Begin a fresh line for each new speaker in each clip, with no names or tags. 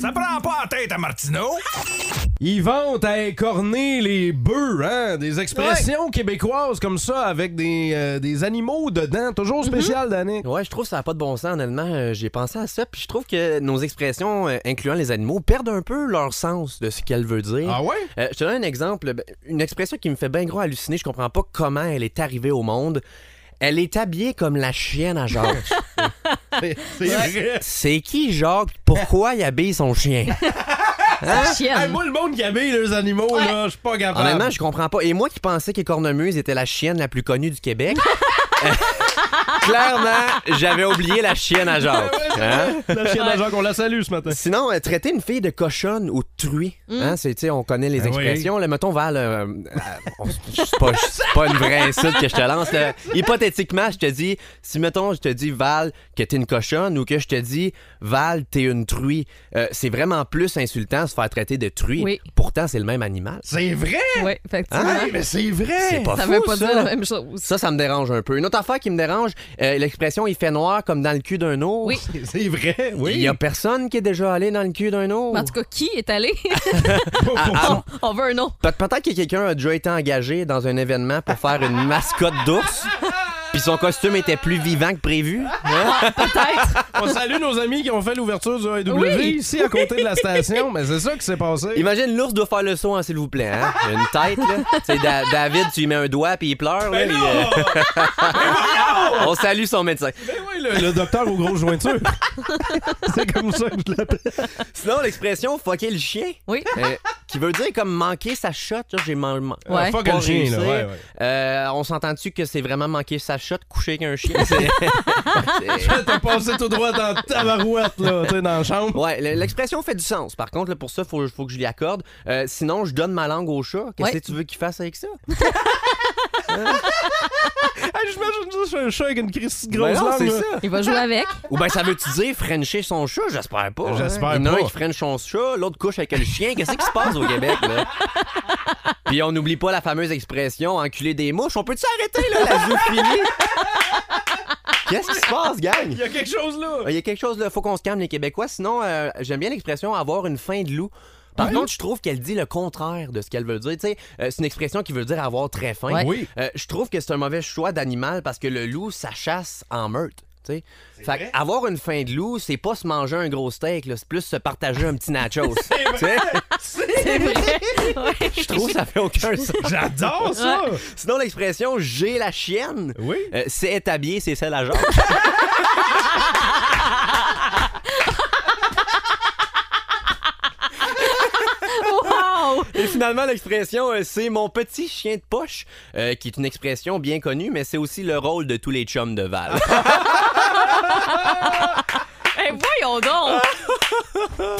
Ça prend pas la tête à Martineau.
Ils vont à écorner les bœufs, hein? Des expressions québécoises comme ça avec des, euh, des animaux dedans.
Mhm.
Toujours spécial, Danick.
Ouais, je trouve que ça n'a pas de bon sens, honnêtement. Euh, J'ai pensé à ça, puis je trouve que nos expressions, euh, incluant les animaux, perdent un peu leur sens de ce qu'elles veulent dire.
Ah ouais?
Euh, je te donne un exemple, ben, une expression qui me fait bien gros halluciner, je comprends pas comment elle est arrivée au monde. Elle est habillée comme la chienne à Jacques.
C'est c'est vrai.
C'est qui Jacques? Pourquoi il habille son chien?
Hey, moi, le monde qui habille les animaux, là, je suis pas capable.
Honnêtement, je comprends pas. Et moi qui pensais qu'Écornemuse était la chienne la plus connue du Québec, euh, clairement, j'avais oublié la chienne à
Ah
Jacques. Hein?
La chienne à Jacques, on la salue ce matin.
Sinon, euh, traiter une fille de cochonne ou de truie,
Mm.
hein, c'est, tu sais, on connaît les
Ben
expressions. Là, mettons, Val, euh, euh, on- c'est pas, c'est pas une vraie insulte que je te lance. là. Hypothétiquement, je te dis, si, mettons, je te dis, Val, que t'es une cochonne ou que je te dis, Val, t'es une truie, euh, c'est vraiment plus insultant de se faire traiter de truie.
Oui.
Pourtant, c'est le même animal.
C'est vrai?
Oui, effectivement.
Hein?
Hey, mais c'est
C'est
vrai!
pas
ça
fou,
veut pas
ça.
dire la même chose.
Ça, ça me dérange un peu. Une autre affaire qui me dérange, euh, l'expression il fait noir comme dans le cul d'un ours.
Oui.
C'est vrai,
Il
oui.
y a personne qui est déjà allé dans le cul d'un ours.
Mais en tout cas, qui est allé?
Pour- pour-
Ah,
On veut un nom.
Pe- Peut-être que quelqu'un a déjà été engagé dans un événement pour faire une mascotte d'ours. Puis son costume était plus vivant que prévu.
On salue nos amis qui ont fait l'ouverture du AEW
Oui.
ici à côté de la station, mais c'est ça qui s'est passé.
Imagine l'ours doit faire le saut, hein, s'il vous plaît. Hein? Une tête, là. Tu sais, Da- David, tu lui mets un doigt puis il pleure.
Ben
Là, puis, euh, On salue son médecin.
Oui, le, le docteur aux grosses jointures. c'est comme ça que je l'appelle.
Sinon, l'expression fucker le chien,
Oui.
euh, qui veut dire comme manquer sa shot. là, J'ai man- man-
Ouais.
Ah, fuck
pas
le chien,
réussi.
là. Ouais, ouais.
Euh, on s'entend-tu que c'est vraiment manquer sa shot, coucher avec un chien? C'est-
T'as passé tout droit dans ta barouette, là, tu sais, dans la chambre.
Ouais, le- l'expression fait du sens. Par contre, là, pour ça, faut, faut que je lui accorde. Euh, sinon, je donne ma langue au chat. Qu'est-ce que
Ouais.
tu veux qu'il fasse avec ça?
Hey, J'imagine ça, je suis un chat avec une crise
Ben
grosse
non,
langue.
c'est
là.
ça.
Il va jouer avec.
Ou ben ça veut-tu dire Frencher son chat? J'espère pas. hein.
J'espère
Il y en a
pas.
un qui French son chat, l'autre couche avec le chien. Qu'est-ce qui se passe au Québec, là? Puis on n'oublie pas la fameuse expression enculer des mouches. On peut-tu arrêter, là, la zoophilie? Qu'est-ce qui se passe, gang?
Il y a quelque chose là.
Ah, Il y a quelque chose, là, faut qu'on se calme, les Québécois. Sinon, euh, j'aime bien l'expression avoir une fin de loup. Par contre, je trouve qu'elle dit le contraire de ce qu'elle veut dire. Tu sais, euh, c'est une expression qui veut dire avoir très faim.
Ouais.
Oui.
Euh, je trouve que c'est un mauvais choix d'animal parce que le loup, ça chasse en meute. tu sais. Fait
vrai.
que avoir une faim de loup, c'est pas se manger un gros steak, là, c'est plus se partager un petit nachos. Tu sais,
C'est vrai. Ouais.
je trouve que ça fait aucun sens.
J'adore ça.
Sinon, l'expression j'ai la chienne,
Oui.
euh, c'est établi, c'est celle à Jacques.
Wow!
Et finalement, l'expression, euh, c'est mon petit chien de poche, euh, qui est une expression bien connue, mais c'est aussi le rôle de tous les chums de Val.
Eh, voyons donc!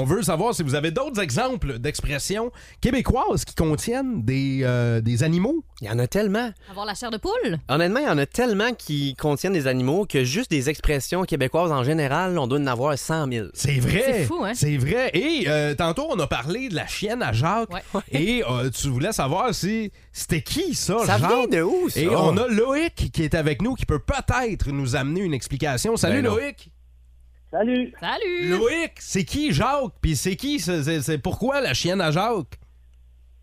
On veut savoir si vous avez d'autres exemples d'expressions québécoises qui contiennent des, euh, des animaux.
Il y en a tellement.
Avoir la chair de poule?
Honnêtement, il y en a tellement qui contiennent des animaux que juste des expressions québécoises en général, on doit en avoir 100 000.
C'est vrai.
C'est fou, hein?
C'est vrai. Et euh, tantôt, on a parlé de la chienne à Jacques.
Ouais.
Et euh, tu voulais savoir si c'était qui ça,
Ça
Jacques?
vient de où, ça?
Oh, Et on a Loïc qui est avec nous, qui peut peut-être nous amener une explication. Salut
Ben non.
Loïc!
Salut.
Salut!
Loïc, c'est qui Jacques? Puis c'est qui? C'est- C'est c'est pourquoi la chienne à Jacques?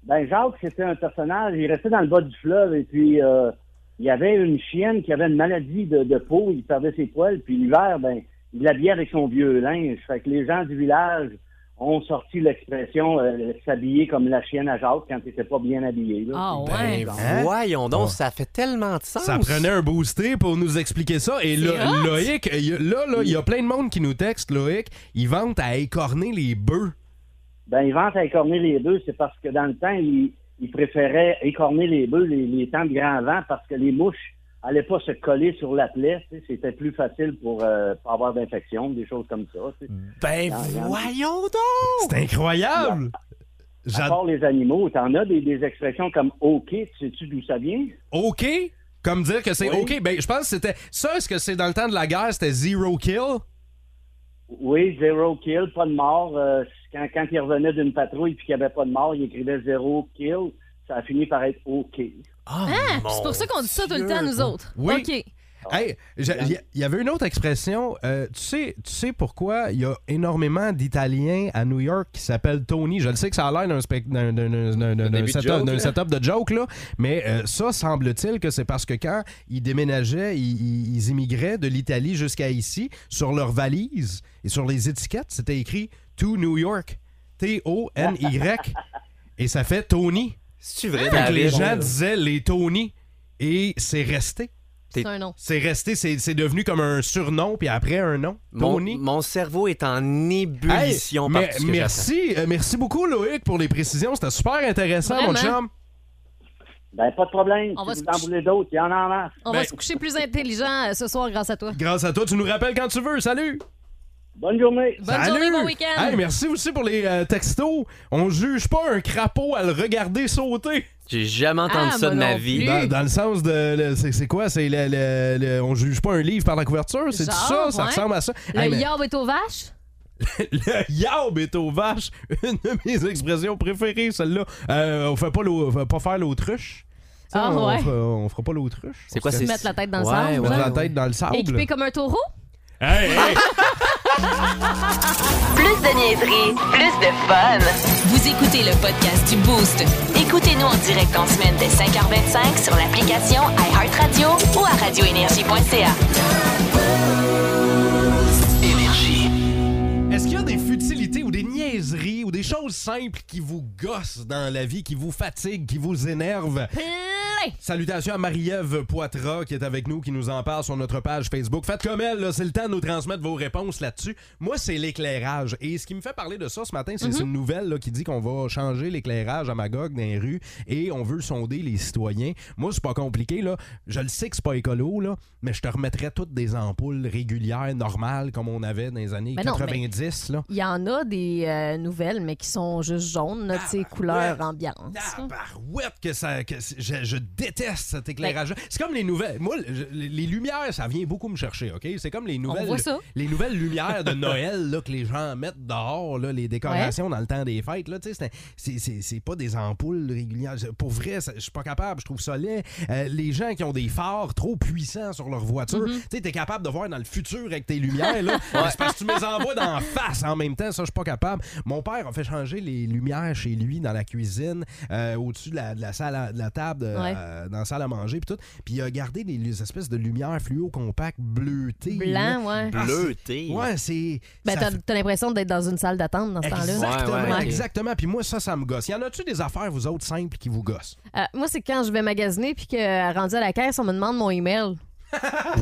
Ben Jacques, c'était un personnage. Il restait dans le bas du fleuve et puis euh, il y avait une chienne qui avait une maladie de, de peau. Il perdait ses poils. Puis l'hiver, ben il l'habillait avec son vieux linge. Fait que les gens du village ont sorti l'expression euh, s'habiller comme la chienne à Jacques quand t'étais pas bien habillé. là.
Ah ouais!
Ben
Hein?
voyons donc,
Ah.
ça fait tellement de sens.
Ça prenait un boosté pour nous expliquer ça. Et là,
hot!
Loïc, il y a- là, là, il y a plein de monde qui nous texte, Loïc. Ils vantent à écorner les bœufs.
Ben ils vendent à écorner les bœufs, c'est parce que dans le temps, ils ils préféraient écorner les bœufs les, les temps de grand vent parce que les mouches allaient pas se coller sur la plaie. tu sais. C'était plus facile pour euh, pas avoir d'infection, des choses comme ça. tu sais.
Ben
Ah, regarde.
voyons donc!
C'est incroyable!
À
J'adore.
part les animaux, t'en as des, des expressions comme OK, tu sais-tu d'où ça vient?
OK? Comme dire que c'est
Oui.
OK. Ben, je pense que c'était. Ça, est-ce que c'est dans le temps de la guerre, c'était zero kill?
Oui, zéro kill, pas de mort. Euh, quand, quand il revenait d'une patrouille puis qu'il n'y avait pas de mort, il écrivait zéro kill. Ça a fini par être OK.
Ah, c'est pour ça qu'on dit ça tout le temps, nous autres.
Oui.
OK.
Hey, je- il y a- il y avait une autre expression. euh, tu, sais, tu sais pourquoi il y a énormément d'Italiens à New York qui s'appellent Tony. Je le sais que ça a l'air d'un spec- d'un- d'un- d'un- d'un- d'un
début de
setup
joke,
d'un
là.
setup de joke, là. mais euh, ça, semble-t-il que c'est parce que quand ils déménageaient, ils, ils- ils immigraient de l'Italie jusqu'à ici, sur leurs valises et sur les étiquettes, c'était écrit To New York. T-O-N-Y. et ça fait Tony.
C'est vrai,
Fait que les
David?
gens disaient les Tony. Et c'est resté.
C'est un nom.
C'est resté, c'est c'est devenu comme un surnom, puis après un nom.
Mon,
Tony.
mon cerveau est en
Hey,
ébullition par
mais-
tout ce que j'apprends.
merci, euh, merci beaucoup Loïc pour les précisions. C'était super intéressant, mon
Vraiment.
chum.
Ben, pas de problème.
On va
si
se
vous en
coucher.
voulez d'autres, il y en a en masse.
On
Ben-
va se coucher plus intelligent euh, ce soir grâce à toi.
Grâce à toi, tu nous rappelles quand tu veux. Salut.
Bonne journée.
Bonne
Salut.
journée, bon week-end.
Hey, merci aussi pour les euh, textos. On juge pas un crapaud à le regarder sauter.
J'ai jamais entendu
Ah,
ça de
moi
ma
non
vie.
plus.
Dans, dans le sens de, le- c'est c'est quoi C'est le, le- le- on juge pas un livre par la couverture. C'est
Genre,
ça, ça
ouais.
ressemble à ça.
Le
Hey, mais-
yob est aux vaches.
Le yaob est aux vaches, une de mes expressions préférées, celle-là. Euh, on fait pas l'au- on fait pas faire l'autruche. Ça,
Ah,
on,
ouais.
fera, on fera pas l'autruche.
C'est quoi,
On se
c'est.
mettre la tête dans le
Ouais,
sable,
ouais,
met
genre.
la tête dans le sable. Ah!
Équipé comme un taureau.
Hey, hey.
Plus de niaiserie, plus de fun. Vous écoutez le podcast du Boost. Écoutez-nous en direct en semaine dès 5h25 sur l'application iHeartRadio ou à radioénergie.ca.
Est-ce qu'il y a des futilités ou des niaiseries ou des choses simples qui vous gossent dans la vie, qui vous fatiguent, qui vous énervent?
Plein.
Salutations à Marie-Ève Poitras qui est avec nous, qui nous en parle sur notre page Facebook. Faites comme elle, là, c'est le temps de nous transmettre vos réponses là-dessus. Moi, c'est l'éclairage. Et ce qui me fait parler de ça ce matin,
Mhm.
c'est c'est une nouvelle là, qui dit qu'on va changer l'éclairage à Magog dans les rues et on veut sonder les citoyens. Moi, c'est pas compliqué. Là. Je le sais que c'est pas écolo, là, mais je te remettrais toutes des ampoules régulières, normales, comme on avait dans les années
Ben non, mais-
90. là.
Il y en a des euh, nouvelles, mais qui sont juste jaunes, là, tu sais, couleur
Ah, ouais.
ambiance.
Ah, barouette que ça, que c'est- je, je déteste cet
Ben,
éclairage-là. C'est comme les nouvelles. Moi, le- je- les, les lumières, ça vient beaucoup me chercher, OK? C'est comme les nouvelles,
voit ça.
les nouvelles lumières de Noël là, que les gens mettent dehors, là, les décorations dans le temps des fêtes. Là, tu sais, c'est, un- c'est, c'est- c'est pas des ampoules régulières. Je- Pour vrai, ça- je suis pas capable. Je trouve ça laid. Euh, les gens qui ont des phares trop puissants sur leur
Mm-hmm.
voiture, tu sais, t'es capable de voir dans le futur avec tes lumières. Là, Mais c'est parce que tu me les envoies dans la face en même temps. Ça, je suis pas capable. Mon père a fait changer les lumières chez lui dans la cuisine, euh, au-dessus de la, de la salle, à- de la table, euh,
Ouais.
euh, dans la salle à manger, puis tout. Puis il a gardé des, les espèces de lumières fluo compactes bleutées. là.
Blanc, ouais.
Ah,
Bleuté.
Ouais, c'est.
Ben,
ça
t'as
fait-
t'as l'impression d'être dans une salle d'attente dans ce temps-là.
Exactement,
Ouais, ouais, ok.
exactement. Puis moi, ça, ça me gosse. Y en a-tu des affaires, vous autres, simples, qui vous gossent?
Euh, moi, c'est quand je vais magasiner puis que euh, rendu à la caisse, on me demande mon email.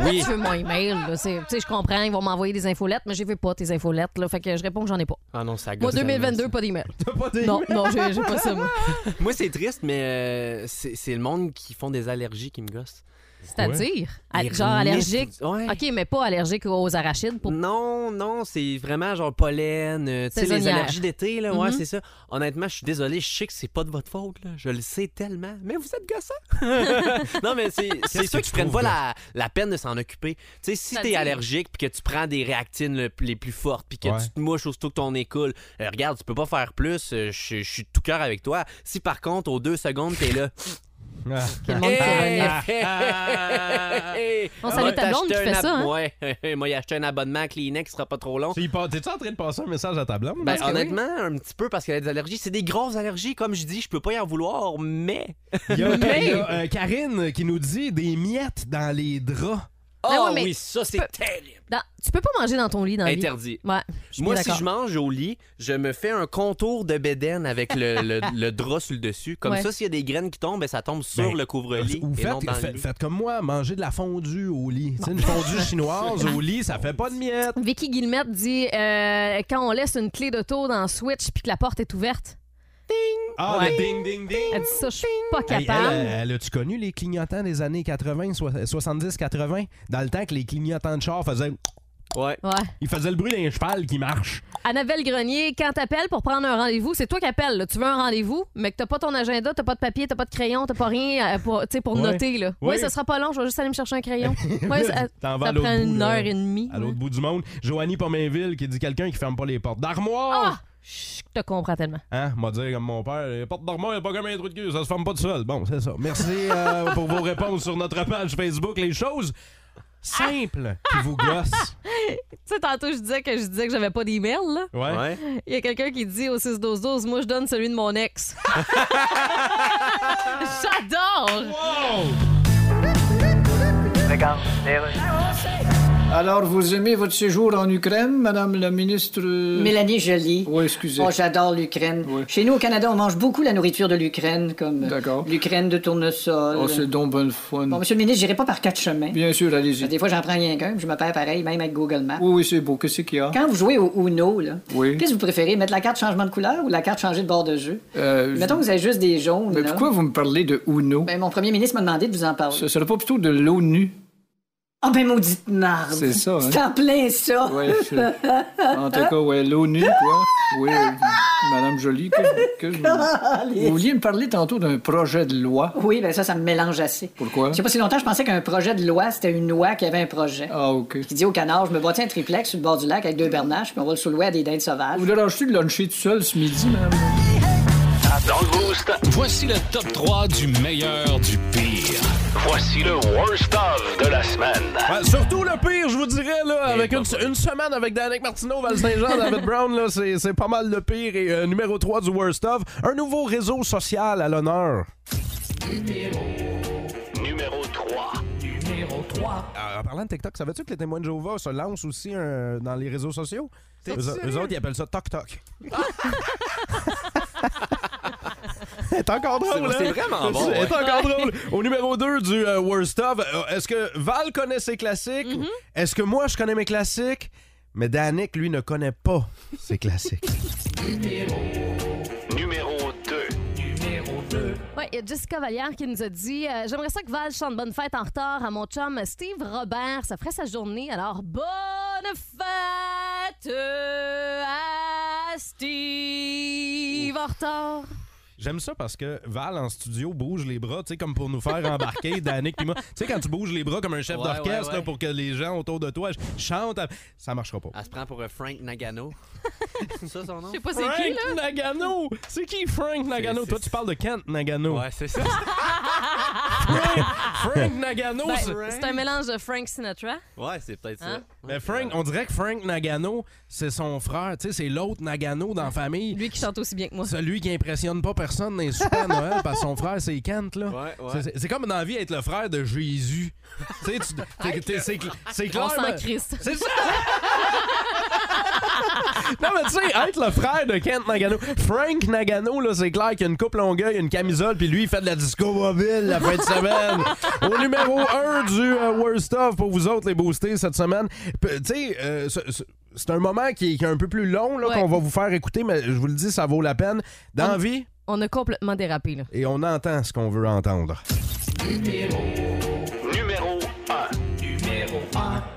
Oui.
Tu veux mon email, là? C'est- Tu sais, je comprends, ils vont m'envoyer des infolettes, mais je veux pas tes infolettes, là. Fait que je réponds que j'en ai pas.
Ah non, ça
Moi,
gosse tellement,
2022, pas d'email.
T'as pas des.
Non, non, j'ai j'ai pas ça, moi.
ça. Moi, c'est triste, mais euh, c'est c'est le monde qui font des allergies qui me gosse.
C'est-à-dire, à-
Les
Ah, genre
rhumites,
allergique.
ouais.
OK, mais pas allergique aux arachides. Pour...
Non, non, c'est vraiment genre pollen, euh, tu sais, les
Saisonnière. Mm-hmm.
allergies d'été, là, ouais, c'est ça. Honnêtement, je suis désolé, je sais que c'est pas de votre faute, là. Je le sais tellement, mais vous êtes gossant. non, mais c'est
Qu'est-ce
c'est
que
ceux qui
tu
prennent
trouves
pas la, la peine de s'en occuper. Tu sais, si t'es
C'est-à-dire?
allergique puis que tu prends des réactines le- les plus fortes puis que
Ouais.
tu te mouches aussitôt que ton nez coule, euh, regarde, tu peux pas faire plus, euh, je je suis de tout cœur avec toi. Si par contre, aux deux secondes, t'es là.
Ah.
Que le monde
Hey!
fait revenir.
Hey!
On salue
Va
ta blonde qui
t'acheter
fait
un
ça, hein?
Ouais, moi, j'ai acheté un abonnement à Kleenex, ce sera pas trop long.
Tu y pas- T'es-tu en train de passer un message à ta blonde?
Ben,
Parce que
honnêtement, un petit peu parce qu'elle a des allergies. C'est des grosses allergies, comme je dis, je peux pas y en vouloir, mais.
Il y a, il y a, euh, Karine qui nous dit des miettes dans les draps.
Oh
Ah ouais, mais
oui, ça c'est
peux-
terrible!
Dans- Tu peux pas manger dans ton lit dans la vie.
Interdit.
Ouais, je suis
Moi,
pas
si
d'accord.
je mange au lit, je me fais un contour de bédaine avec le, le- le drap sur le dessus. Comme
Ouais.
ça, s'il y a des graines qui tombent, ben, ça tombe sur
Ben,
le couvre-lit
Ou
et non
faites,
dans
fait-
le lit.
faites comme moi, manger de la fondue au lit. Tu sais, une fondue chinoise au lit, ça fait pas de miettes.
Vicky Guillemette dit euh, quand on laisse une clé d'auto dans Switch puis que la porte est ouverte.
Ah,
Ouais.
le ding, ding, ding.
Elle dit ça, je suis pas
Hey, elle,
capable.
euh,
elle, elle a-tu connu les clignotants des années 80, 70-80? Dans le temps que les clignotants de char faisaient...
Ouais.
Ouais.
Il faisait le bruit d'un cheval qui marche.
Annabelle Grenier, quand t'appelles pour prendre un rendez-vous, c'est toi qui appelles. là. Tu veux un rendez-vous, mais que t'as pas ton agenda, t'as pas de papier, t'as pas de crayon, t'as pas rien euh, pour, tu sais, pour
Ouais.
noter. Là.
Ouais.
Ouais, ça sera pas long, je vais juste aller me chercher un crayon. Ouais, ça,
T'en
ça
vas à
prend
l'autre bout,
une
là.
heure et demie.
À l'autre bout du monde, Joanie Pomainville qui dit quelqu'un qui ferme pas les portes d'armoire.
Ah! Je te comprends tellement.
Hein, m'a dit comme mon père, les portes d'armoire, y a pas comme un trou de cul, ça se ferme pas tout seul. Bon, c'est ça. Merci euh, pour vos réponses sur notre page Facebook. Les choses simples qui vous gossent.
Tu sais, tantôt, je disais que je disais que j'avais pas d'email. là.
Ouais.
Ouais.
Il y a quelqu'un qui dit au 6-12-12, moi, je donne celui de mon ex. J'adore!
Alors, vous aimez votre séjour en Ukraine, Madame la ministre euh,
Mélanie Jolie.
Oui, excusez.
Oh, j'adore l'Ukraine.
Oui.
Chez nous, au Canada, on mange beaucoup la nourriture de l'Ukraine, comme euh,
D'accord.
l'Ukraine de tournesol.
Oh, c'est donc bonne fun.
Bon, monsieur le ministre, j'irai pas par quatre chemins.
Bien sûr, allez-y.
Des fois, j'en prends rien qu'un, puis je me perds pareil, même avec Google Maps.
Oui, oui, c'est beau. Qu'est-ce qu'il y a?
Quand vous jouez au Uno, là,
Oui.
qu'est-ce que vous préférez, mettre la carte changement de couleur ou la carte changer de bord de jeu?
Euh,
Mettons que vous avez juste des jaunes,
Mais
là.
pourquoi vous me parlez de Uno?
Ben, mon premier ministre m'a demandé de vous en parler.
Ce serait pas plutôt de l'ONU?
Ah ben, maudite marde!
C'est ça, hein?
C'est en plein ça!
Ouais, je- en tout cas, ouais, l'ONU, quoi. Oui, euh, Madame Jolie, que, que- Vous vouliez me parler tantôt d'un projet de loi.
Oui, ben ça, ça me mélange assez.
Pourquoi?
Je sais pas si longtemps, je pensais qu'un projet de loi, c'était une loi qui avait un projet.
Ah, OK.
qui dit au canard, je me bâtis un triplex sur le bord du lac avec deux bernaches, puis on va le sous-louer à des dindes sauvages.
Vous l'arrangez de luncher tout seul ce midi, Madame?
Dans le boost, voici le top 3 du meilleur du pire. Voici le worst of de la semaine.
Ouais, surtout le pire, je vous dirais, là, avec une, une semaine avec Danick Martineau, Val-Saint-Jean, David Brown, là, c'est c'est pas mal le pire. Et euh, numéro 3 du Worst of, un nouveau réseau social à l'honneur.
Numéro 3.
Euh, en parlant de TikTok, savais-tu que les témoins de Jéhovah se lancent aussi euh, dans les réseaux sociaux? Eux, eux autres, ils appellent ça Toc-Toc. T'es encore drôle,
C'est-
hein?
c'est vraiment bon,
C'est
ouais.
encore drôle. Au numéro 2 du euh, Worst of, euh, est-ce que Val connaît ses classiques? Est-ce que moi, je connais mes classiques? Mais Danick, lui, ne connaît pas ses classiques.
Numéro 2.
Ouais, il y a Jessica Vallière qui nous a dit euh, J'aimerais ça que Val chante Bonne fête en retard à mon chum Steve Robert. Ça ferait sa journée. Alors, bonne fête à Steve en retard.
J'aime ça parce que Val en studio bouge les bras, tu sais, comme pour nous faire embarquer, Danick puis moi. Tu sais, quand tu bouges les bras comme un chef
Ouais,
d'orchestre
ouais, ouais.
là, pour que les gens autour de toi ch- chantent, à- ça marchera pas.
Elle se prend pour euh, Frank Nagano. Ah, c'est ça son nom?
Je sais pas c'est qui,
Frank
là.
Nagano! C'est qui Frank Nagano?
c'est-
Toi, tu parles de Kent Nagano.
Ouais, c'est ça.
Frank Nagano,
Ben,
c'est-
c'est un mélange de Frank Sinatra.
Ouais, c'est peut-être ça.
Hein?
Mais Frank, on dirait que Frank Nagano, c'est son frère, tu sais, c'est l'autre Nagano dans la famille.
Lui qui chante aussi bien que moi.
Celui qui impressionne pas personne dans les soupers à Noël parce que son frère, c'est Kent, là.
Ouais, ouais.
C'est- C'est, c'est comme dans la vie être le frère de Jésus. tu sais, tu- t'es- t'es- c'est, cl- c'est clair.
On s'en
mais-
crisse.
ben, C'est ça! non, mais tu sais, être le frère de Kent Nagano. Frank Nagano, là, c'est clair qu'il a une coupe longueuil, une camisole, puis lui, il fait de la disco mobile la fin de semaine. Au numéro 1 du euh, Worst of pour vous autres, les boostés, cette semaine. P- Tu sais, euh, ce- ce- c'est un moment qui est, qui est un peu plus long là,
Ouais. Hum.
qu'on va vous faire écouter, mais je vous le dis, ça vaut la peine. Dans la vie,
On a complètement dérapé, là.
et on entend ce qu'on veut entendre.
Numéro 1.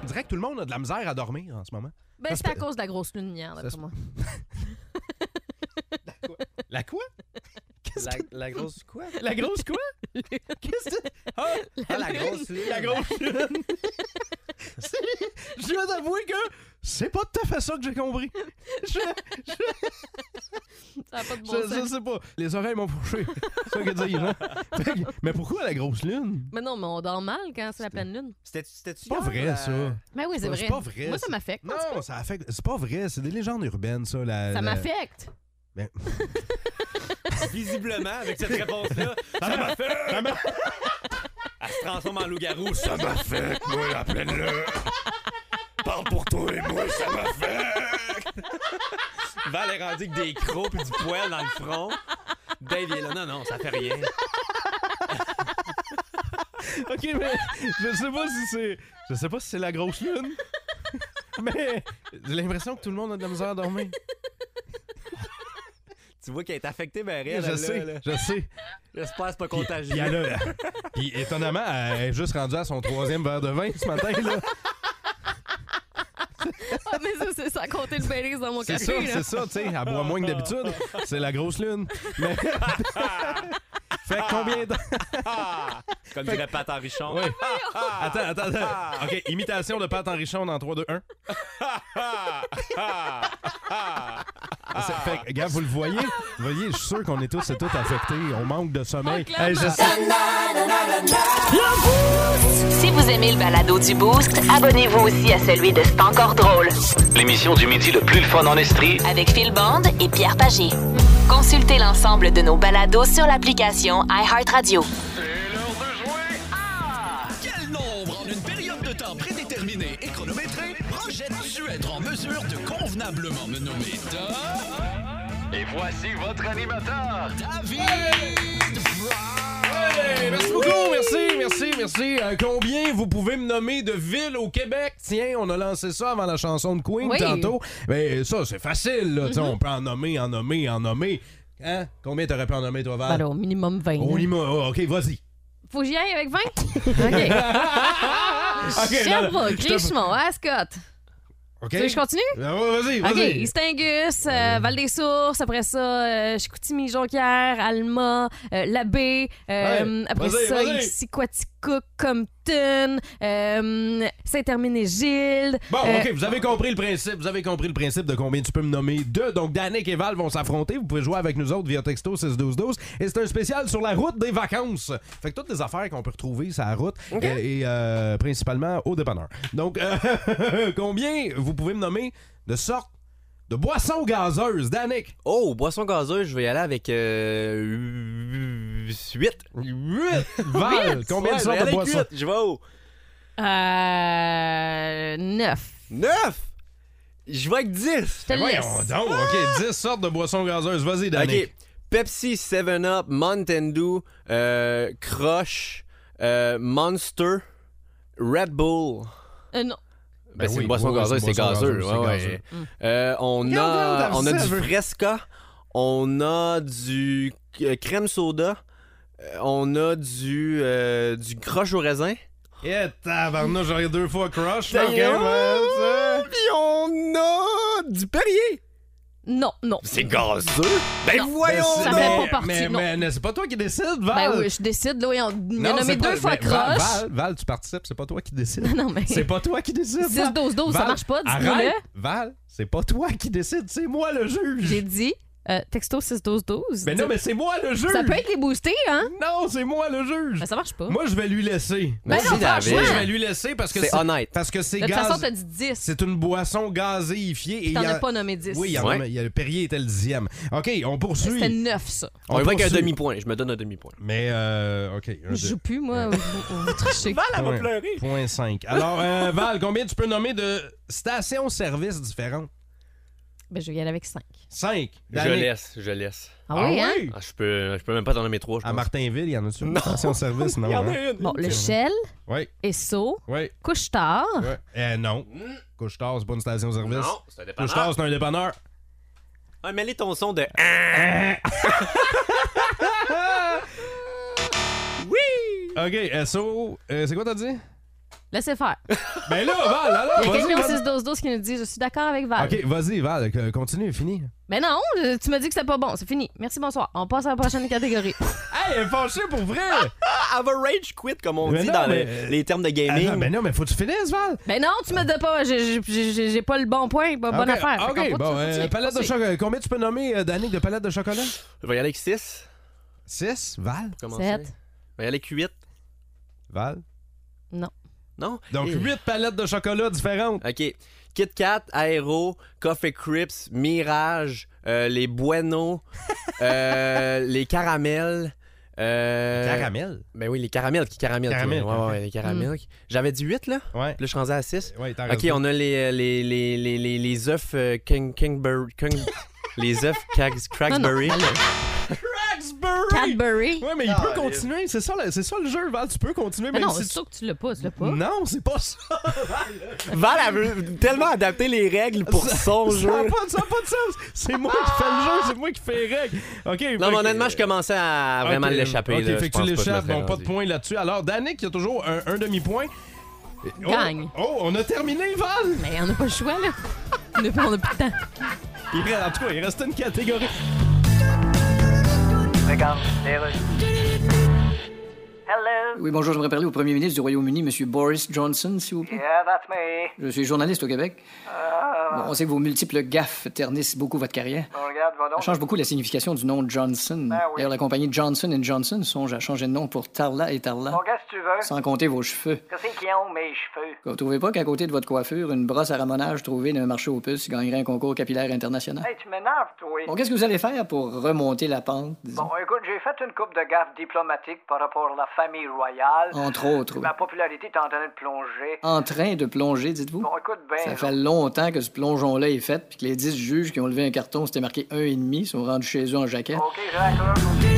On dirait que tout le monde a de la misère à dormir en ce moment.
Ben,
Ça
c'est
se
à cause de la grosse lune hier,
Ça se-
d'après moi.
La quoi?
La, la grosse quoi?
La grosse quoi? Qu'est-ce que Ah,
Ah, la grosse lune.
La grosse lune. C'est- je dois t'avouer que c'est pas tout à fait ça que j'ai compris. Je,
Ça a pas de bon
je- je
sens.
sais pas. Les oreilles m'ont bouché. C'est ça que dire, hein? Fait que- Mais pourquoi la grosse lune?
Mais non, mais on dort mal quand c'est la pleine lune.
C'était- C'était-tu
C'est pas
hier, euh,
vrai, ça.
Mais Ben oui, c'est
C'est
vrai.
pas vrai,
Moi, ça
c'est-
m'affecte. en tout cas.
Non, ça affecte. C'est pas vrai, c'est des légendes urbaines, ça. La,
Ça
la-
m'affecte.
Visiblement, avec cette réponse-là, ça m'a fait. Elle se transforme en loup-garou. Ça m'a fait.
Ah, Moi, la pleine lune. Parle pour toi et moi, ça m'a fait.
Val est rendu avec des crocs et du poil dans le front. Dave est là. Non, non, ça fait rien.
Ok, mais je sais pas si c'est. Je sais pas si c'est la grosse lune. Mais j'ai l'impression que tout le monde a de la misère à dormir.
Tu vois qu'elle est affectée, ben
Je
elle, là, là.
sais, je sais.
J'espère que c'est pas contagieux.
Puis elle a- puis étonnamment, elle est juste rendue à son troisième verre de vin ce matin, là.
Ah, mais ça, c'est ça, compter le Baileys dans mon
C'est
café.
ça,
là.
c'est ça, tu sais. Elle boit moins que d'habitude. C'est la grosse lune. Mais... fait que combien de...
Comme dirait Pat Enrichon.
Oui.
Ah,
Attends, attends, attends. OK, imitation de Pat Enrichon dans 3, 2, 1.
Ah.
Ah, C'est- Fait que, gars, vous le voyez? Vous voyez, je suis sûr qu'on est tous et toutes affectés. On manque de sommeil.
Ah,
Hey, je sais-
Si vous aimez le balado du Boost, abonnez-vous aussi à celui de C'est encore drôle
L'émission du midi le plus le fun en Estrie.
avec Phil Bond et Pierre Pagé. Consultez l'ensemble de nos balados sur l'application iHeartRadio.
Quel nombre en une période de temps prédéterminée et chronométrée projettes-tu être en mesure de convenablement me nommer Et voici votre animateur, David
Hey, merci beaucoup, merci, merci, merci. Euh, combien vous pouvez me nommer de villes au Québec? Tiens, on a lancé ça avant la chanson de Queen
Oui. Mm-hmm.
tantôt. Mais ça, c'est facile, là. Tu sais, On peut en nommer, en nommer, en nommer. Hein? Combien t'aurais pu en nommer, toi, Val?
Ben là, au minimum 20.
On
là.
y m'a- oh, OK, vas-y.
Faut que j'y aille avec 20? OK.
non, non,
Sherbrooke,
je te-
Richemont, Ascot.
OK?
Tu veux que je continue?
Ah, ouais, vas-y,
OK,
vas-y.
Istingus, euh, Val-des-Sources, après ça, euh, Chicoutimi, Jonquière, Alma, euh, Labbé, euh,
Ouais,
après
vas-y,
ça,
vas-y.
Issy-Quaticook, Compton, euh, Saint-Herminé-Gilde.
Bon,
euh,
OK, vous avez compris le principe. Vous avez compris le principe de combien tu peux me nommer deux. Donc, Danick et Val vont s'affronter. Vous pouvez jouer avec nous autres via texto 61212. Et c'est un spécial sur la route des vacances. Fait que toutes les affaires qu'on peut retrouver sur la route euh, et, euh, principalement au dépanneur. Donc, euh, combien vous pouvez me nommer de sorte de boissons gazeuses, Danick?
Oh, boisson gazeuse, je vais y aller avec euh, 8.
Huit!
Ah,
Val, combien de sortes de boissons?
Je vais au
Euh, 9.
9. Je vais avec 10.
Je te laisse.
Ben Voyons Oh, donc, OK, 10 sortes de boissons gazeuses. Vas-y, Danick.
OK. Pepsi 7-Up, Mountain Dew, euh, Crush, euh, Monster, Red Bull.
Euh, non.
Ben, c'est
oui,
une boisson
oui, oui,
gazeuse,
c'est
c'est
une boisson
gazeux.
gazeuse,
ouais,
c'est
ouais. Euh, on, a,
Regarde,
on a
regarde,
du
veut.
Fresca, on a du euh, crème soda, euh, on a du, euh, du croche au raisin.
Eh, tabarnouche, j'aurais deux fois crush. là,
Puis
OK, ouais, ça.
on a du Perrier.
Non, non.
C'est gazeux. Ben voyons
Mais c'est-
ça
donc.
fait
mais-
pas partie,
Mais,
non.
mais, mais c'est pas toi qui décide, Val.
Ben oui, je décide. Là, oui, on il m'a
Non,
nommé
c'est pas-
deux fois
mais Val-
croche.
Val, Val, tu participes, c'est pas toi qui décide.
Non, mais.
C'est pas toi qui décide.
6, 12, 12, ça
Val,
marche pas, dis-nous-le.
arrête. Val, c'est pas toi qui décide, c'est moi le
J'ai
juge.
dit euh, texto 6, 12, 12.
Mais non, mais c'est moi le juge.
Ça peut être les boostés, hein?
Non, c'est moi le juge.
Ben, ça marche pas.
Moi, je vais lui laisser.
Merci,
Ben non,
David.
franchement.
Je vais lui laisser parce que
C'est honnête.
Parce que c'est
de toute façon, t'as
gaz.
dit 10.
C'est une boisson gazéifiée. et il y
T'en
a-
as pas nommé 10.
Oui, il y en a-
Ouais.
il y a le Perrier était le dixième. OK, on poursuit.
C'était 9, ça.
On va avec un
poursuit.
demi-point. Je me donne un demi-point.
Mais, euh, OK. un,
Je
deux.
joue plus, moi, au, au- au tricher.
Point- Point 5. Alors, euh, Val, combien tu peux nommer de stations-service différentes?
Ben, je vais y aller avec 5.
5.
Je laisse, je laisse.
Ah, oui, hein?
Ah, je, peux, je peux même pas t'en nommer trois. je
À
pense.
Martinville, il y en a-tu? une Station-service, non. hein?
Bon, le Shell,
Oui,
Esso,
oui,
Couche-Tard.
oui. Euh, non. Couche-Tard, c'est pas une station-service.
Non, c'est un dépanneur.
Couche-Tard, c'est un dépanneur.
Ah, mêlez ton son de...
OK, SO, euh, c'est quoi t'as dit?
Laissez faire.
Ben là, Val,
Il y
alors,
a
vas-y.
quelqu'un au
vas-y.
6 12 12 qui nous dit Je suis d'accord avec Val.
OK, vas-y, Val, euh, continue, fini.
Mais non, euh, tu m'as dit que c'était pas bon. C'est fini. Merci, bonsoir. On passe à la prochaine catégorie.
Hey, elle est fâchée pour vrai!
Have a rage Ah, quit, comme on
Mais
dit
non,
dans
mais- euh,
les, les termes de gaming.
Ah, ben non, mais faut que tu finisses, Val!
Ben non, tu me donnes pas. J'ai- J'ai j'ai- j'ai pas le bon point. Pas bonne
Ah, OK,
affaire. Fait qu'on
OK,
continue,
bon, euh,
continue,
palette de
continue.
chocolat. Combien tu peux nommer, euh, Danick, de palette de chocolat?
Je vais y aller avec 6.
6, Val.
Sept.
Je vais y aller avec 8.
Val.
Non?
Donc,
Eh.
8 palettes de chocolat différentes.
OK. Kit Kat, Aero, Coffee Crips, Mirage, euh, les Bueno, euh, les caramels. euh,
Caramel.
Ben oui, les caramels qui caramels.
Caramel,
tu vois. Ouais, ouais, les caramels. J'avais dit 8, là. Puis
Ouais.
là, je suis rendu à 6.
Ouais, t'as
OK,
raison.
on a les, euh, les, les, les, les, les œufs euh, King, Kingber- King- les œufs Cags- Cragsberry.
Cadbury.
Ouais, mais il peut continuer. C'est ça, le- c'est ça le jeu, Val. Tu peux continuer,
Mais
même
non,
si
c'est
tu...
sûr que tu l'as pas.
Mm.
Tu l'as pas.
Non, c'est pas ça.
Val elle veut tellement adapter les règles pour son
Ça
jeu.
n'a pas, ça a pas de sens. C'est moi qui fais le jeu, c'est moi qui fais les règles. OK. fait
Non, mais
que-
honnêtement, je commençais à vraiment
Ok,
l'échapper.
OK,
là.
fait
Je
que tu
pense pas que je me
l'échappes.
serais
Bon, pas de
rendu.
point là-dessus. Alors, Danick, il y a toujours un, un demi-point. Oh,
Gagne.
Oh, on a terminé, Val!
Mais on n'a pas le choix, là. On n'a on n'a plus de temps.
Il reste- en tout cas, il reste une catégorie.
Hello.
Oui, bonjour, j'aimerais parler au premier ministre du Royaume-Uni, M. Boris Johnson, s'il vous plaît.
Yeah, that's me.
Je suis journaliste au Québec. Bon, on sait que vos multiples gaffes ternissent beaucoup votre carrière.
Euh. regarde, va Ben
Ça change beaucoup la signification du nom Johnson. D'ailleurs, la compagnie Johnson Johnson songe à changer de nom pour Tarla et Tarla.
qu'est-ce que tu veux?
Sans compter vos cheveux.
Qu'est-ce qu'ils ont, mes cheveux?
Vous trouvez pas qu'à côté de votre coiffure, une brosse à ramonage trouvée d'un marché aux puces gagnerait un concours capillaire international?
Hey, tu m'énerves, toi.
Bon, qu'est-ce que vous allez faire pour remonter la pente, disons?
Bon, écoute, j'ai fait une coupe de gaffes diplomatiques par rapport à la famille royale.
Entre autres, oui.
Ma popularité est en train de plonger.
En train de plonger, dites-vous?
Bon, écoute bien.
Ça fait longtemps que ce plongeon-là est fait, puis que les 10 juges qui ont levé un carton, c'était marqué 1,5, sont rendus chez eux en jaquette.
OK, je raccroche.
Je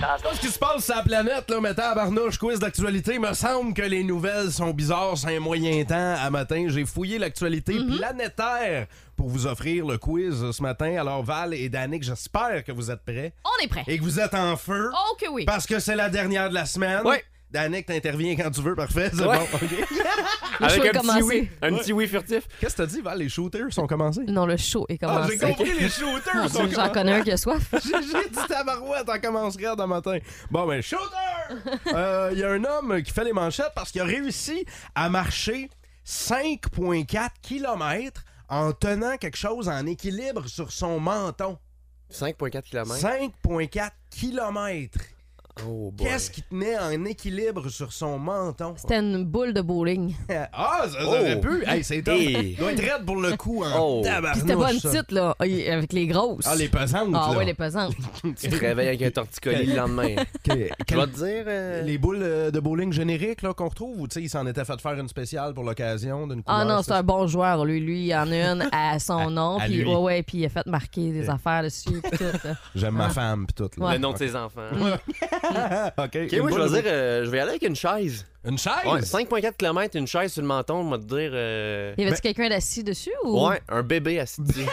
sais pas ce qui se passe sur la planète, là, mais à Barnouche, quiz d'actualité, me semble que les nouvelles sont bizarres, c'est un moyen temps. À matin, j'ai fouillé l'actualité
Mhm.
planétaire pour vous offrir le quiz euh, ce matin. Alors, Val et Danick, j'espère que vous êtes prêts
On est prêts.
et que vous êtes en feu.
Oh que oui.
Parce que c'est la dernière de la semaine.
Ouais.
Danick, t'interviens quand tu veux, parfait, c'est
Ouais.
bon. ok.
Le show est
Avec un petit
commencé.
oui, un petit oui furtif.
Qu'est-ce que t'as dit, Val? Les shooters sont commencés?
Non, le show est
Ah,
commencé.
j'ai compris, les shooters sont
J'en
commencés.
connais un qui a soif.
J'ai j'ai dit tabarouette, on commencera demain matin. Bon, ben, shooter! Euh, Il y a un homme qui fait les manchettes parce qu'il a réussi à marcher 5,4 km en tenant quelque chose en équilibre sur son menton.
5,4 km.
5,4 km.
Oh, boy.
Qu'est-ce qui tenait en équilibre sur son menton?
C'était une boule de bowling.
Ah, ça, ça aurait
Oh.
pu! Hey, c'est top!
Hey.
Il doit être raide pour le coup, hein?
Oh.
Puis c'était pas une
Tabarnouche, ça.
petite, là, avec les grosses.
Ah, les pesantes,
Ah
là.
ouais, les pesantes.
Tu te réveilles avec un torticolis le lendemain.
Que-
Je
quel-
vais te dire. euh,
Les boules euh, de bowling génériques là, qu'on retrouve, ou tu sais, il s'en était fait faire une spéciale pour l'occasion d'une couleur.
Ah non, c'est
ça?
un bon joueur, lui. Lui, il en a une à son nom.
Ah, à
Puis
lui.
ouais, ouais, puis il a fait marquer des affaires dessus. puis tout, là.
J'aime ma femme, pis tout. là.
Ah. Ouais.
Le nom de ses enfants.
ok,
Ok, moi, je vais dire, euh, je vais aller avec une chaise.
Une
Ouais,
chaise?
5,4 km, une chaise sur le menton, on va te dire. euh,
Il y avait-tu quelqu'un d'assis dessus ou?
Ouais, un bébé assis. dessus.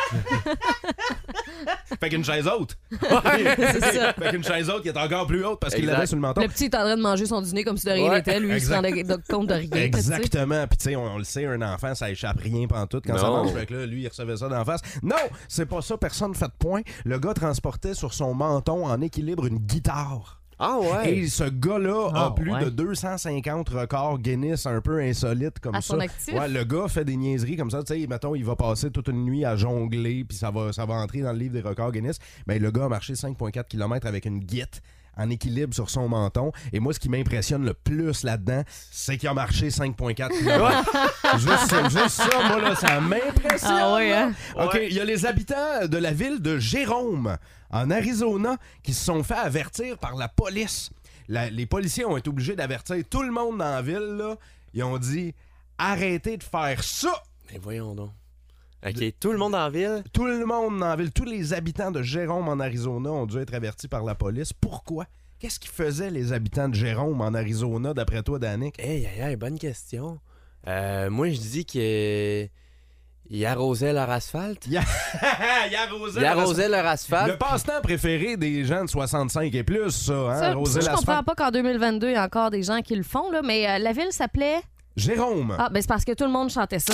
Fait qu'une chaise haute.
C'est ça.
fait qu'une chaise haute qui est encore plus haute parce qu'il
Exact.
l'avait sur le menton.
Le petit est en train de manger son dîner comme si de rien
Ouais,
n'était. Lui, il se
exact.
rendait de- compte de rien. tu sais.
Exactement. Puis, tu sais, on, on le sait, un enfant, ça échappe rien pantoute quand ça
Non.
mange. Fait que là, lui, il recevait ça d'en face. Non, c'est pas ça. Personne fait de point. Le gars transportait sur son menton en équilibre une guitare.
Ah ouais.
Et ce gars-là a
Ah,
plus
ouais.
de 250 records Guinness un peu insolites comme
À
ça.
son actif?
Ouais, le gars fait des niaiseries comme ça. Tu sais, mettons, il va passer toute une nuit à jongler, puis ça va, ça va entrer dans le livre des records Guinness. Mais le gars a marché 5,4 km avec une guite en équilibre sur son menton. Et moi, ce qui m'impressionne le plus là-dedans, c'est qu'il a marché 5,4 km. juste, juste ça, moi, là, ça m'impressionne.
Ah ouais, hein?
OK, il y a les habitants de la ville de Jérôme, en Arizona, qui se sont fait avertir par la police. La- les policiers ont été obligés d'avertir tout le monde dans la ville. là. Ils ont dit arrêtez de faire ça.
Mais voyons donc. Ok, tout le monde en ville.
Tout le monde dans la ville, tous les habitants de Jérôme en Arizona ont dû être avertis par la police. Pourquoi? Qu'est-ce qu'ils faisaient les habitants de Jérôme en Arizona, d'après toi, Danick?
Eh,
Hey, hey, hey, bonne question. Euh, moi, je dis que. Ils arrosaient leur asphalte.
eh,
Ils arrosaient leur
Le
asphalte.
passe-temps préféré des gens de 65 et plus, ça, hein?
Ça,
arroser
ça, je
l'asphalte.
comprends pas qu'en 2022, il y a encore des gens qui le font, là, mais euh, la ville s'appelait.
Jérôme.
Ah, ben c'est parce que tout le monde chantait ça.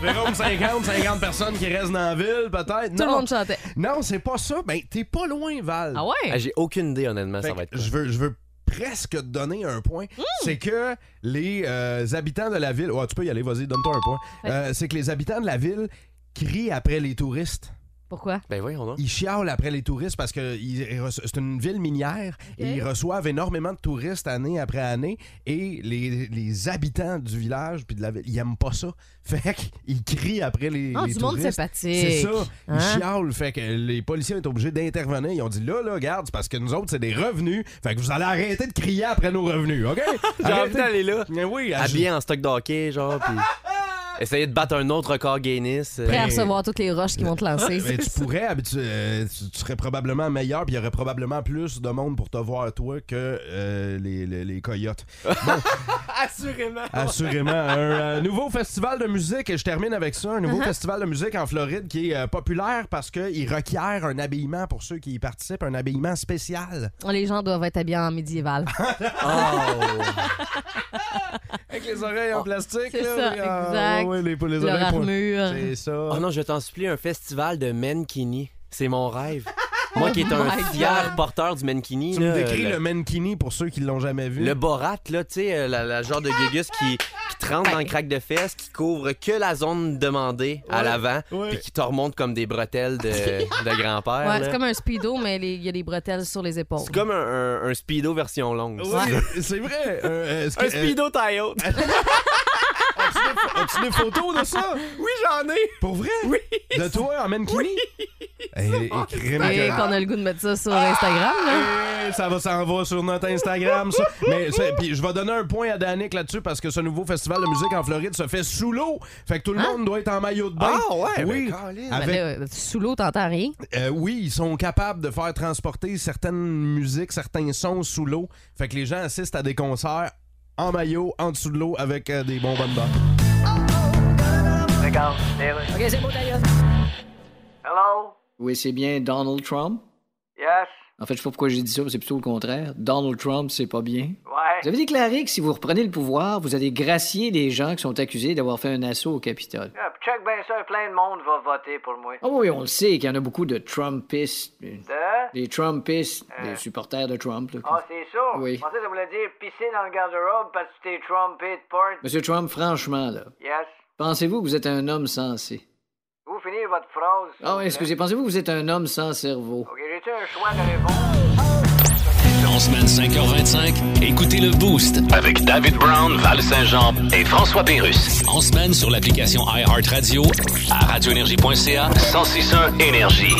Jérôme, 50, 50 personnes qui restent dans la ville, peut-être.
Tout
Non,
le monde chantait.
non c'est pas ça. Ben, t'es pas loin, Val.
Ah ouais?
Ah, J'ai aucune idée, honnêtement,
Fait
ça
que
va être. quoi.
je veux, je veux presque te donner un point.
Mmh!
C'est que les euh, habitants de la ville. Ouais, tu peux y aller, vas-y, donne-toi un point. Euh, c'est que les habitants de la ville crient après les touristes.
Pourquoi?
Ben voyons donc.
Ils chialent après les touristes parce que ils- ils reço- c'est une ville minière et ils reçoivent énormément de touristes année après année et les, les habitants du village puis de la ville, ils aiment pas ça. Fait qu'ils crient après les,
Ah,
les
du monde
touristes.
sympathique.
C'est ça. Ils
Hein?
chialent. Fait que les policiers ont été obligés d'intervenir. Ils ont dit là, là, garde, c'est parce que nous autres, c'est des revenus. Fait que vous allez arrêter de crier après nos revenus, OK?
J'ai
Arrêtez
envie d'aller là.
de- Mais oui, à-
Habillé en stock d'hockey, genre, puis. Essayer de battre un autre record Guinness. euh,
Prêt à recevoir toutes les roches qui vont te lancer.
Mais tu pourrais, habitu- euh, tu, tu serais probablement meilleur, puis il y aurait probablement plus de monde pour te voir, toi, que euh, les, les- les coyotes. Bon,
Assurément.
Assurément. Un euh, nouveau festival de musique, et je termine avec ça, un nouveau
Uh-huh.
festival de musique en Floride qui est euh, populaire parce qu'il requiert un habillement pour ceux qui y participent, un habillement spécial.
Les gens doivent être habillés en médiéval.
Oh.
Avec les oreilles en plastique.
Ah, C'est
là,
ça,
oui, ah,
exact.
oui, les, les
Leur
oreilles pour-
armure.
C'est ça.
Oh non, je t'en supplie, un festival de mankini. C'est mon rêve. Moi qui est un
Oh my
fier
God.
porteur du mankini.
Tu me
là,
décris le
euh,
mankini pour ceux qui l'ont jamais
Mm.
vu.
Le borat, là, tu sais, euh, la, la genre de gugus qui, qui te rentre dans le crack de fesses, qui couvre que la zone demandée à
Ouais,
l'avant,
ouais.
puis qui te remonte comme des bretelles de, de grand-père.
Ouais,
là.
c'est comme un speedo, mais les- il y a des bretelles sur les épaules.
C'est comme un, un- un speedo version longue.
Oui, c'est vrai. Euh, est-ce que- euh,
Un speedo taille haute.
As-tu des photos de ça?
Oui, j'en ai.
Pour vrai? Oui. De toi en mankini? Eh, eh, crème
Et
que-
qu'on a le goût de mettre ça sur Instagram. là.
Eh, ça va s'en va sur notre Instagram, ça. Mais c'est- puis je vais donner un point à Danick là-dessus parce que ce nouveau festival de musique en Floride se fait sous l'eau. Fait que tout le
Hein?
monde doit être en maillot de bain.
Ah ouais, ben,
oui.
Colin.
Avec-
Mais là, euh, sous l'eau, t'entends rien.
euh, oui, ils sont capables de faire transporter certaines musiques, certains sons sous l'eau. Fait que les gens assistent à des concerts en maillot, en dessous de l'eau, avec euh, des bonbons de
D'accord. OK, c'est bon, d'ailleurs.
Hello?
Oui, c'est bien Donald Trump.
Yes?
En fait, je sais pas pourquoi j'ai dit ça, mais c'est plutôt le contraire. Donald Trump, c'est pas bien.
Ouais.
Vous avez déclaré que si vous reprenez le pouvoir, vous allez gracier les gens qui sont accusés d'avoir fait un assaut au Capitole.
Yeah, Ah, puis check bien ça, plein de monde va voter pour moi.
Ah oui, on le sait qu'il y en a beaucoup de Trumpistes. euh,
De? Euh.
Des Trumpistes, des supporters de Trump. là.
Ah, c'est ça?
Oui.
Je pensais que ça voulait dire pisser dans le garde-robe parce que t'es trompé de porte.
Monsieur Trump, franchement, là,
Yes.
pensez-vous que vous êtes un homme sensé?
Vous finissez votre phrase.
Ah, excusez, pensez-vous que vous êtes un homme sans cerveau?
OK, j'ai-tu un choix de réponse?
En semaine 5h25, écoutez le Boost avec David Brown, Val Saint-Jean et François Pérus. En semaine sur l'application iHeartRadio à radioénergie.ca 1061 Énergie.